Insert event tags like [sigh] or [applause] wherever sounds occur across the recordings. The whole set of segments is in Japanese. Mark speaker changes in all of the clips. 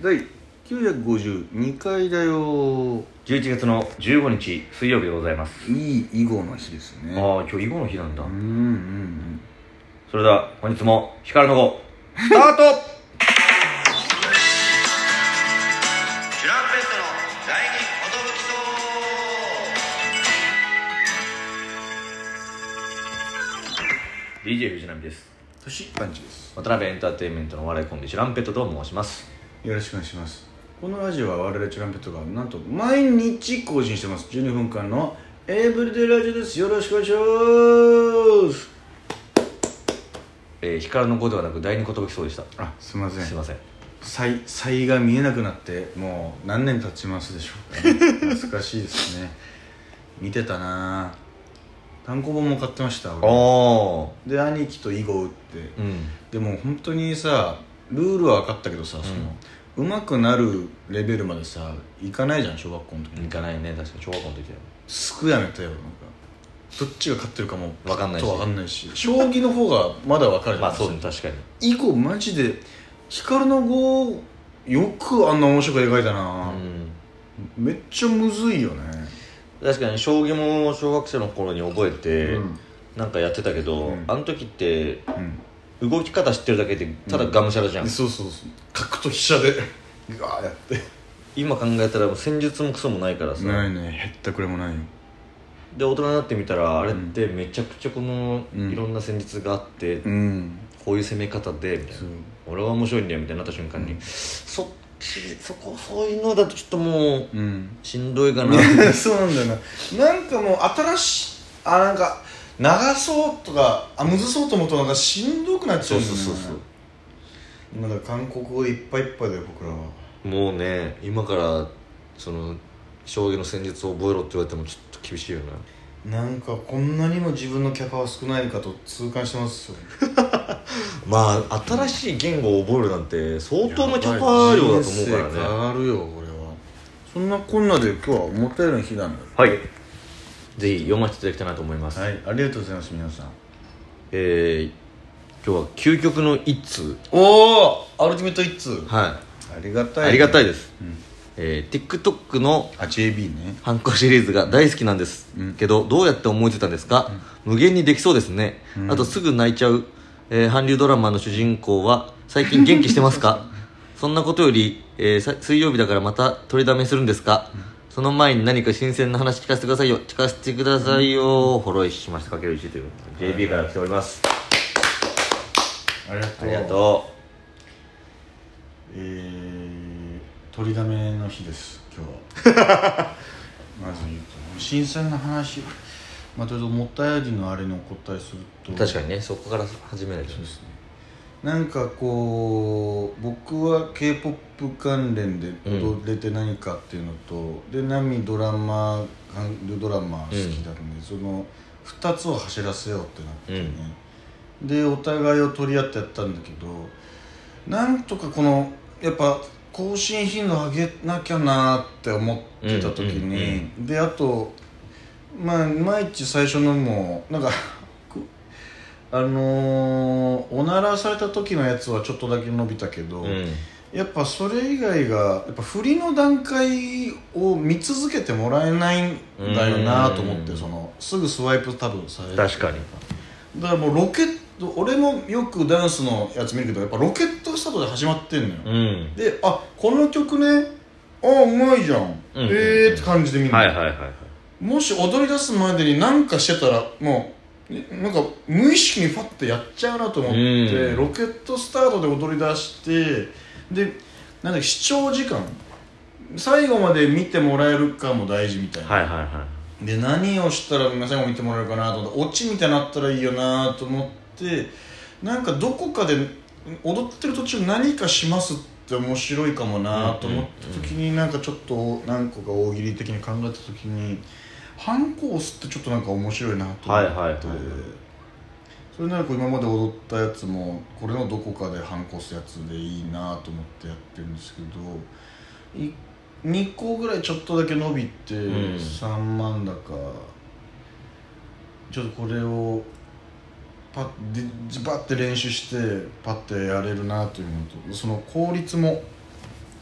Speaker 1: 第952回だよ
Speaker 2: 11月の15日水曜日でございます、
Speaker 1: いい囲碁の日ですね
Speaker 2: ああ今日囲碁の日なんだ、
Speaker 1: うんうん
Speaker 2: それでは本日も光の碁スタートチュランペットの第二寿 DJ 藤波です
Speaker 1: うん年パンチです
Speaker 2: 渡辺エンターテインメントのお笑いコンビチュランペットと申します
Speaker 1: よろしくお願いしますこのラジオは我々チュランペットがなんと毎日更新してます12分間のエイブリデイラジオですよろしくお願いします
Speaker 2: えー、光の碁ではなく第二寿そうでした
Speaker 1: あすいません
Speaker 2: すいません
Speaker 1: 才才が見えなくなってもう何年経ちますでしょうか、ね、 [laughs] 懐かしいですね見てたな単行本も買ってました
Speaker 2: あ
Speaker 1: 俺
Speaker 2: あ
Speaker 1: で兄貴と囲碁打って
Speaker 2: うん
Speaker 1: でも本当にさルールは分かったけどさその、上手くなるレベルまでさいかないじゃん小学校の時
Speaker 2: 行かないね確かに小学校の時だよ
Speaker 1: すくやめたよなんかどっちが勝ってるかも
Speaker 2: わかんないし
Speaker 1: とわかんないし将棋の方がまだ分かるじゃ
Speaker 2: ま
Speaker 1: ん
Speaker 2: あそうね確かに
Speaker 1: 以降マジで光の碁よくあんな面白く描いたな、
Speaker 2: うん
Speaker 1: めっちゃむずいよね
Speaker 2: 確かに将棋も小学生の頃に覚えて、
Speaker 1: うん
Speaker 2: なんかやってたけど、
Speaker 1: うん
Speaker 2: あの時って
Speaker 1: うん
Speaker 2: 動き方知ってるだけでただがむしゃらじゃん、
Speaker 1: でそうそうそう角と飛車でうわーやって
Speaker 2: 今考えたらもう戦術もクソもないからさ、
Speaker 1: ないねへったくれもないよ
Speaker 2: で大人になってみたらあれってめちゃくちゃこの
Speaker 1: うん
Speaker 2: いろんな戦術があって、
Speaker 1: うん
Speaker 2: こういう攻め方でみたいな
Speaker 1: そう
Speaker 2: 俺は面白いんだよみたいになった瞬間に、
Speaker 1: うん
Speaker 2: そっちそこそういうのだとちょっともう
Speaker 1: うん
Speaker 2: しんどいかな [laughs]
Speaker 1: そうなんだよななんかもう新しいあなんか長そうとかあむずそうと思うとなんかしんどくなっちゃ
Speaker 2: そううん
Speaker 1: だよ
Speaker 2: そ
Speaker 1: ね
Speaker 2: うそうそう
Speaker 1: 今だから韓国語でいっぱいいっぱいだよ僕らは
Speaker 2: もうね今からその将棋の戦術を覚えろって言われてもちょっと厳しいよな
Speaker 1: なんかこんなにも自分のキャパは少ないかと痛感してますよ
Speaker 2: まあ新しい言語を覚えるなんて相当なキャパ量だと思う
Speaker 1: 人生
Speaker 2: から
Speaker 1: 変
Speaker 2: ね
Speaker 1: わるよこれはそんなこんなで今日は思ったよりの日なんだ
Speaker 2: はいぜひ読ませていただきたいなと思います、
Speaker 1: はいありがとうございます皆さん
Speaker 2: えー、今日は究極の一通
Speaker 1: おおアルティメット一通
Speaker 2: は
Speaker 1: ありが
Speaker 2: い
Speaker 1: たい
Speaker 2: ありがた
Speaker 1: い
Speaker 2: いです、
Speaker 1: うん
Speaker 2: えー、TikTok の
Speaker 1: あ JB ね
Speaker 2: ハンコシリーズが大好きなんです、
Speaker 1: うん
Speaker 2: けどどうやって思いついたんですか、無限にできそうですね、
Speaker 1: うん
Speaker 2: あとすぐ泣いちゃう、えー韓流ドラマの主人公は最近元気してます [laughs] かそんなことより、えーさ水曜日だからまた取りだめするんですか、その前に何か新鮮な話聞かせてくださいよ聞かせてくださいよ、フォローしましたかける1ということで JB から来ております
Speaker 1: ありがと
Speaker 2: ありがと
Speaker 1: えー、取りだめの日です今日 [laughs] はまず言うと新鮮な話まあとりあえずもったいありのあれに怒ったりすると
Speaker 2: う確かにねそこから始めないと
Speaker 1: そうですねなんかこう僕は k p o p 関連で
Speaker 2: うん
Speaker 1: 出て何かっていうのと、で波ドラマ韓流ドラマ好きだね、その2つを走らせようってなってね、でお互いを取り合ってやったんだけどなんとかこのやっぱ更新頻度上げなきゃなって思ってた時に、であとまあいまいち最初のもなんかくあのーおならされた時のやつはちょっとだけ伸びたけど、
Speaker 2: うん
Speaker 1: やっぱそれ以外がやっぱ振りの段階を見続けてもらえないんだよなと思って
Speaker 2: うん
Speaker 1: そのすぐスワイプ多分されて
Speaker 2: 確かに
Speaker 1: だからもうロケット俺もよくダンスのやつ見るけどやっぱロケットスタートで始まってんのよ、
Speaker 2: うん
Speaker 1: であこの曲ねあうまいじゃん、
Speaker 2: うんうん
Speaker 1: ええって感じで見るの、
Speaker 2: はいはいはいはい
Speaker 1: もし踊り出すまでに何かしてたらもうねなんか無意識にファッてやっちゃうなと思って、
Speaker 2: うん
Speaker 1: ロケットスタートで踊り出してでなんだっけ視聴時間最後まで見てもらえるかも大事みたいな、
Speaker 2: はいはいはい
Speaker 1: で何をしたら皆さんも見てもらえるかなと思ってオチみたいになったらいいよなと思ってなんかどこかで踊ってる途中何かしますって面白いかもなと思った時になんかちょっと何個か大喜利的に考えた時にハンコ押すってちょっとなんか面白いなと思って、
Speaker 2: はいはいはいはい
Speaker 1: それならこう今まで踊ったやつもこれのどこかでハンコ押すやつでいいなと思ってやってるんですけど。い2個ぐらいちょっとだけ伸びて
Speaker 2: うん
Speaker 1: 3万だか、ちょっとこれをパッでバッて練習してパッてやれるなというのとその効率も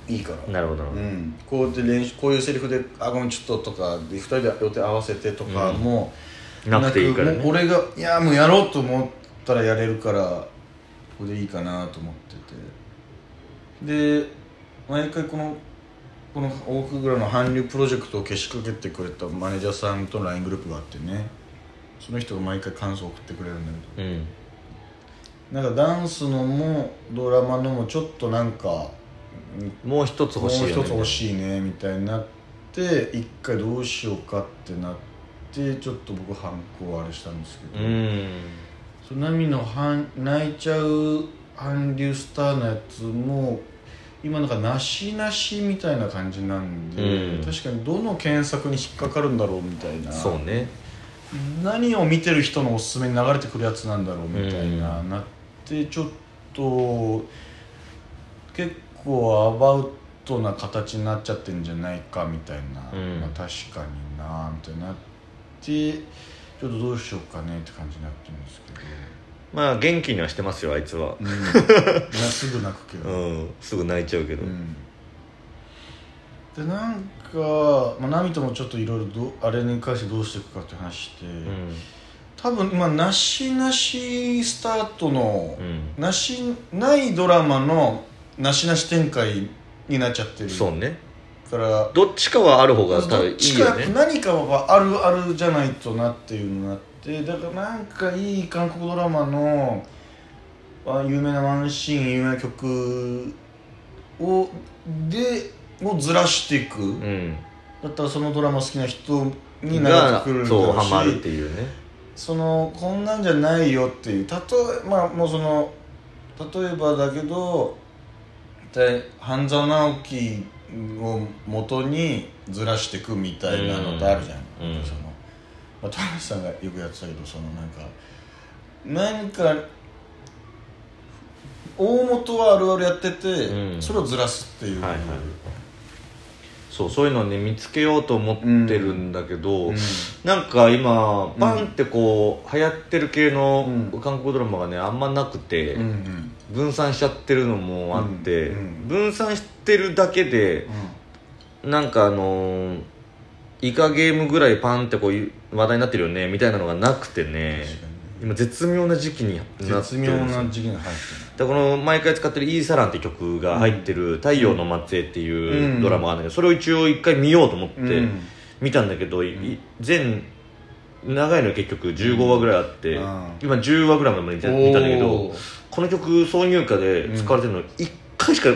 Speaker 1: いいから
Speaker 2: なるほどなるほ
Speaker 1: う
Speaker 2: ど
Speaker 1: ん、こうやって練習こういうセリフで「あごめんちょっと」とかで2人で予定合わせてとかも、
Speaker 2: うんなくていいからね
Speaker 1: もう俺が「いやもうやろう」と思ったらやれるからここでいいかなと思っててで毎回このこの大久倉の韓流プロジェクトをけしかけてくれたマネージャーさんとの LINE グループがあってねその人が毎回感想を送ってくれるんだけど
Speaker 2: うん
Speaker 1: なんかダンスのもドラマのもちょっとなんか
Speaker 2: もう一つ欲しいよね
Speaker 1: もう一つ欲しいねみたいになって一回どうしようかってなってちょっと僕反抗あれしたんですけ
Speaker 2: う
Speaker 1: ど、
Speaker 2: ん
Speaker 1: その波の反泣いちゃう韓流スターのやつも今なんかなしなしみたいな感じなんで、
Speaker 2: うん
Speaker 1: 確かにどの検索に引っかかるんだろうみたいな
Speaker 2: そうね
Speaker 1: 何を見てる人のおすすめに流れてくるやつなんだろうみたいな、なってちょっと結構アバウトな形になっちゃってんじゃないかみたいな、
Speaker 2: うん
Speaker 1: まあ、確かになみたいになってちょっとどうしようかねって感じになってるんですけど、
Speaker 2: まあ元気にはしてますよあい
Speaker 1: [laughs]
Speaker 2: つは
Speaker 1: うん、なすぐ泣くけ
Speaker 2: う
Speaker 1: ど。
Speaker 2: んすぐ泣いちゃうけど
Speaker 1: でなんか、まあ、ナミともちょっといろいろどあれに関してどうしていくかって話して、
Speaker 2: うん
Speaker 1: 多分今なしなしスタートの、
Speaker 2: うん
Speaker 1: なしないドラマのなしなし展開になっちゃってる
Speaker 2: そうね
Speaker 1: から
Speaker 2: どっちかはある方が多分
Speaker 1: ど
Speaker 2: い
Speaker 1: っ
Speaker 2: い
Speaker 1: ちか
Speaker 2: よ
Speaker 1: やっぱ
Speaker 2: ね
Speaker 1: 何かはあるあるじゃないとなっていうのがあってだからなんかいい韓国ドラマのあ有名なワンシーン有名な曲をでをずらしていく、
Speaker 2: うん
Speaker 1: だったらそのドラマ好きな人になれ
Speaker 2: が
Speaker 1: てくるんだ
Speaker 2: そう
Speaker 1: ろう
Speaker 2: ハ
Speaker 1: し
Speaker 2: マるっていうね
Speaker 1: そのこんなんじゃないよっていう例えまあもうその例えばだけどで半沢直樹を元にずらしていくみたいなのってあるじゃん、
Speaker 2: うん
Speaker 1: その、まあ、田辺さんがよくやってたけどそのなんか何か大元はあるあるやってて、
Speaker 2: うん
Speaker 1: それをずらすっていう、
Speaker 2: はいはいそうそういうのね見つけようと思ってるんだけど、
Speaker 1: うん
Speaker 2: なんか今パンってこう流行ってる系の
Speaker 1: うん
Speaker 2: 韓国ドラマがねあんまなくて、
Speaker 1: うんうん
Speaker 2: 分散しちゃってるのもあって、
Speaker 1: うんうん
Speaker 2: 分散してるだけでなんかあのーイカゲームぐらいパンってこういう話題になってるよねみたいなのがなくてね
Speaker 1: 確かに
Speaker 2: 今絶妙な時期になってるんです
Speaker 1: 絶
Speaker 2: よ
Speaker 1: 妙な時期に入って
Speaker 2: だからこの毎回使ってる「イーサラン」って曲が入ってる「太陽の末裔」っていううんドラマがあるんだけどそれを一応一回見ようと思っ
Speaker 1: る
Speaker 2: て見たんだけどいい全長いの結局15話ぐらいあって
Speaker 1: うん
Speaker 2: 今10話ぐらいまで見た見たんだけどこの曲挿入歌で使われてるの1回しか
Speaker 1: え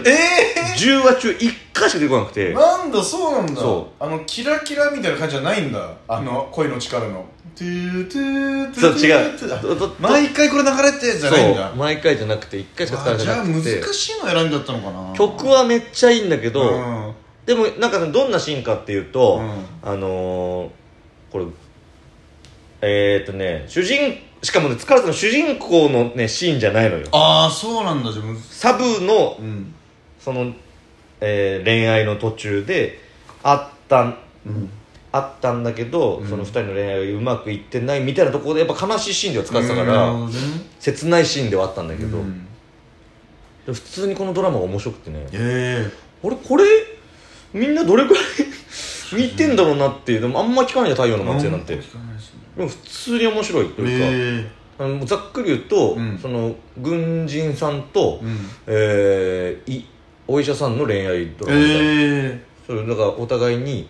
Speaker 2: 10話中1回しか出てこなく
Speaker 1: え
Speaker 2: て
Speaker 1: なんだそうなんだ
Speaker 2: そ
Speaker 1: あのキラキラみたいな感じじゃないんだあの恋の力のトゥートゥート
Speaker 2: そう
Speaker 1: ゥートゥ
Speaker 2: 違
Speaker 1: ートゥー
Speaker 2: う
Speaker 1: あ毎回これ流れてじゃないんだ
Speaker 2: そう毎回じゃなくて1回しか使わ
Speaker 1: あ
Speaker 2: れて
Speaker 1: じゃ
Speaker 2: な
Speaker 1: あ
Speaker 2: く
Speaker 1: 難
Speaker 2: て
Speaker 1: しいの選んじゃったのかな
Speaker 2: 曲はめっちゃいいんだけど、
Speaker 1: うん
Speaker 2: でもなんかどんなシーンかっていうと、
Speaker 1: うん
Speaker 2: あのーこれえー、っとね主人しかもね塚原さんの主人公のねシーンじゃないのよ
Speaker 1: ああそうなんだじゃあむず
Speaker 2: サブの
Speaker 1: うん
Speaker 2: その、えー恋愛の途中であったん
Speaker 1: うん
Speaker 2: あったんだけど、
Speaker 1: うん
Speaker 2: その2人の恋愛がうまくいってないみたいなところでやっぱ悲しいシーンでは使ってたから、
Speaker 1: うんなる
Speaker 2: 切ないシーンではあったんだけ
Speaker 1: ほ
Speaker 2: ど、
Speaker 1: どねうん
Speaker 2: 普通にこのドラマが面白くてね
Speaker 1: え
Speaker 2: 俺これみんなどれくらい見てんだろうなっていうでもあんま聞かないじゃん太陽
Speaker 1: え
Speaker 2: の末裔なんて
Speaker 1: 聞かないですね
Speaker 2: でも普通に面白いというか、
Speaker 1: え
Speaker 2: あのざっくり言うと、
Speaker 1: うん
Speaker 2: その軍人さんと、
Speaker 1: えうん
Speaker 2: えーいお医者さんの恋愛ドラマみたいな、
Speaker 1: え
Speaker 2: それだからお互いに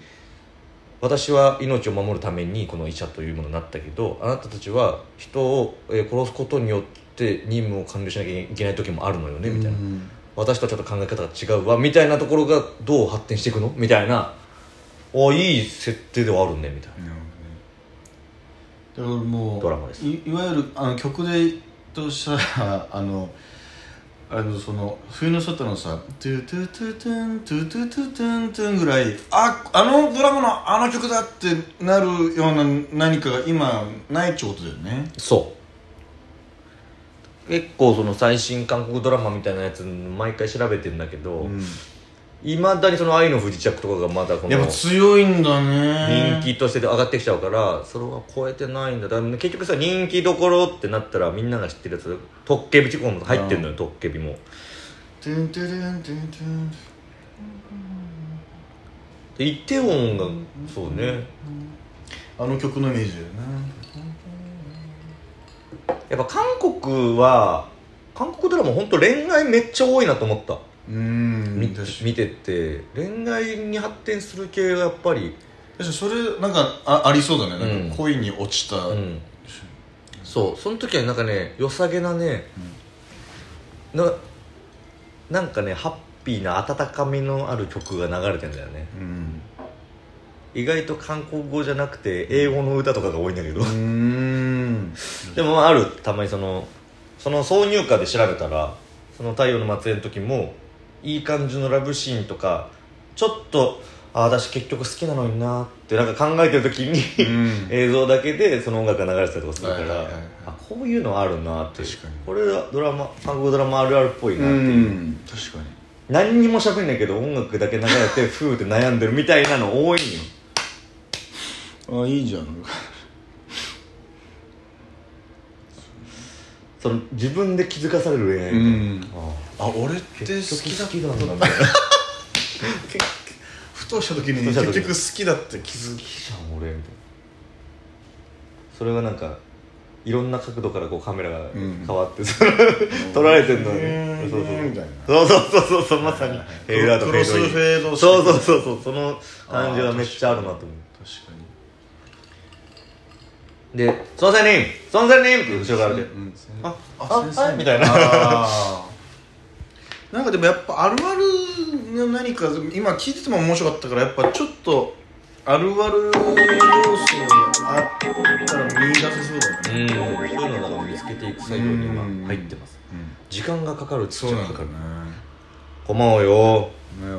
Speaker 2: 私は命を守るためにこの医者というものになったけどあなたたちは人をえー殺すことによって任務を完了しなきゃいけない時もあるのよね
Speaker 1: え
Speaker 2: みたいな、
Speaker 1: うん
Speaker 2: 私とはちょっと考え方が違うわみたいなところがどう発展していくのみたいなおいい設定ではあるねみたいな
Speaker 1: なるほどねだからもう
Speaker 2: ドラマです
Speaker 1: いいわゆるあの曲でとしたらあのあのその冬の外のさ「トゥトゥトゥトゥントゥトゥトゥトゥントゥン」ぐらいああのドラマのあの曲だってなるような何かが今ないってことだよね
Speaker 2: そう結構その最新韓国ドラマみたいなやつ毎回調べてんだけどいま、未だにその「愛の不時着」とかがまだこの
Speaker 1: やっぱ強いんだね
Speaker 2: 人気として上がってきちゃうからそれは超えてないんだだから結局さ人気どころってなったらみんなが知ってるやつトッケビチコン入ってんのよトッケビも
Speaker 1: トゥントゥルントゥントゥン
Speaker 2: イテウォンがそうね
Speaker 1: あの曲のイメージだよね
Speaker 2: やっぱ韓国は韓国ドラマ本当恋愛めっちゃ多いなと思った、
Speaker 1: う
Speaker 2: み
Speaker 1: ん確かに
Speaker 2: 見てて恋愛に発展する系がやっぱり
Speaker 1: 確かにそれなんかあありそうだね
Speaker 2: う
Speaker 1: な
Speaker 2: ん
Speaker 1: んか恋に落ちた、
Speaker 2: うんそうその時はなんかね良さげなね、ななんかねハッピーな温かみのある曲が流れてんだよね
Speaker 1: うん
Speaker 2: 意外と韓国語じゃなくて英語の歌とかが多いんだけど、
Speaker 1: うーん
Speaker 2: でもまああるたまにそのその挿入歌で調べたらその「太陽の末裔」の時もいい感じのラブシーンとかちょっとああ私結局好きなのになーってなんか考えてる時
Speaker 1: [laughs]
Speaker 2: に、
Speaker 1: ん
Speaker 2: 映像だけでその音楽が流れてたりとかするから、
Speaker 1: はいはいはいはい
Speaker 2: あこういうのあるなっていう
Speaker 1: 確かに
Speaker 2: これはドラマ韓国ドラマあるあるっぽいなっていう、
Speaker 1: うん確かに
Speaker 2: 何にも喋んないけど音楽だけ流れてふーって悩んでるみたいなの多いんよ
Speaker 1: あいいじゃん
Speaker 2: その自分で気づかされる恋愛みたいな、
Speaker 1: うん
Speaker 2: あ
Speaker 1: あ俺って
Speaker 2: あ
Speaker 1: 好きだ
Speaker 2: 結
Speaker 1: っ
Speaker 2: 局
Speaker 1: た
Speaker 2: 好きなんだみ
Speaker 1: ん
Speaker 2: たいな
Speaker 1: ふとした時に
Speaker 2: ふとした
Speaker 1: 結
Speaker 2: 時に
Speaker 1: 局好きだって気づき
Speaker 2: いいじゃん俺みたいなそれはなんかいろんな角度からこうカメラが変わって、その撮られてんのに、
Speaker 1: へー
Speaker 2: そう
Speaker 1: みたいな
Speaker 2: そうそうそうそうそうまさにフェードアウト
Speaker 1: クロス
Speaker 2: イン
Speaker 1: フェードして
Speaker 2: そうそうそうそうその感じはめっちゃあるなと思う
Speaker 1: 確か
Speaker 2: で「孫仙人孫仙人!」って後ろから
Speaker 1: に
Speaker 2: で、
Speaker 1: うん先生
Speaker 2: あ
Speaker 1: あ
Speaker 2: あ
Speaker 1: 先
Speaker 2: は
Speaker 1: 生
Speaker 2: いみたいな
Speaker 1: あーなんかでもやっぱあるあるの何か今聞いてても面白かったからやっぱちょっとあるある要素があったら見出せそうだ
Speaker 2: う
Speaker 1: ね
Speaker 2: んそういうのを見つけていく作業に今入ってます時間がかかる
Speaker 1: そうなんだね
Speaker 2: こまおうよ
Speaker 1: ね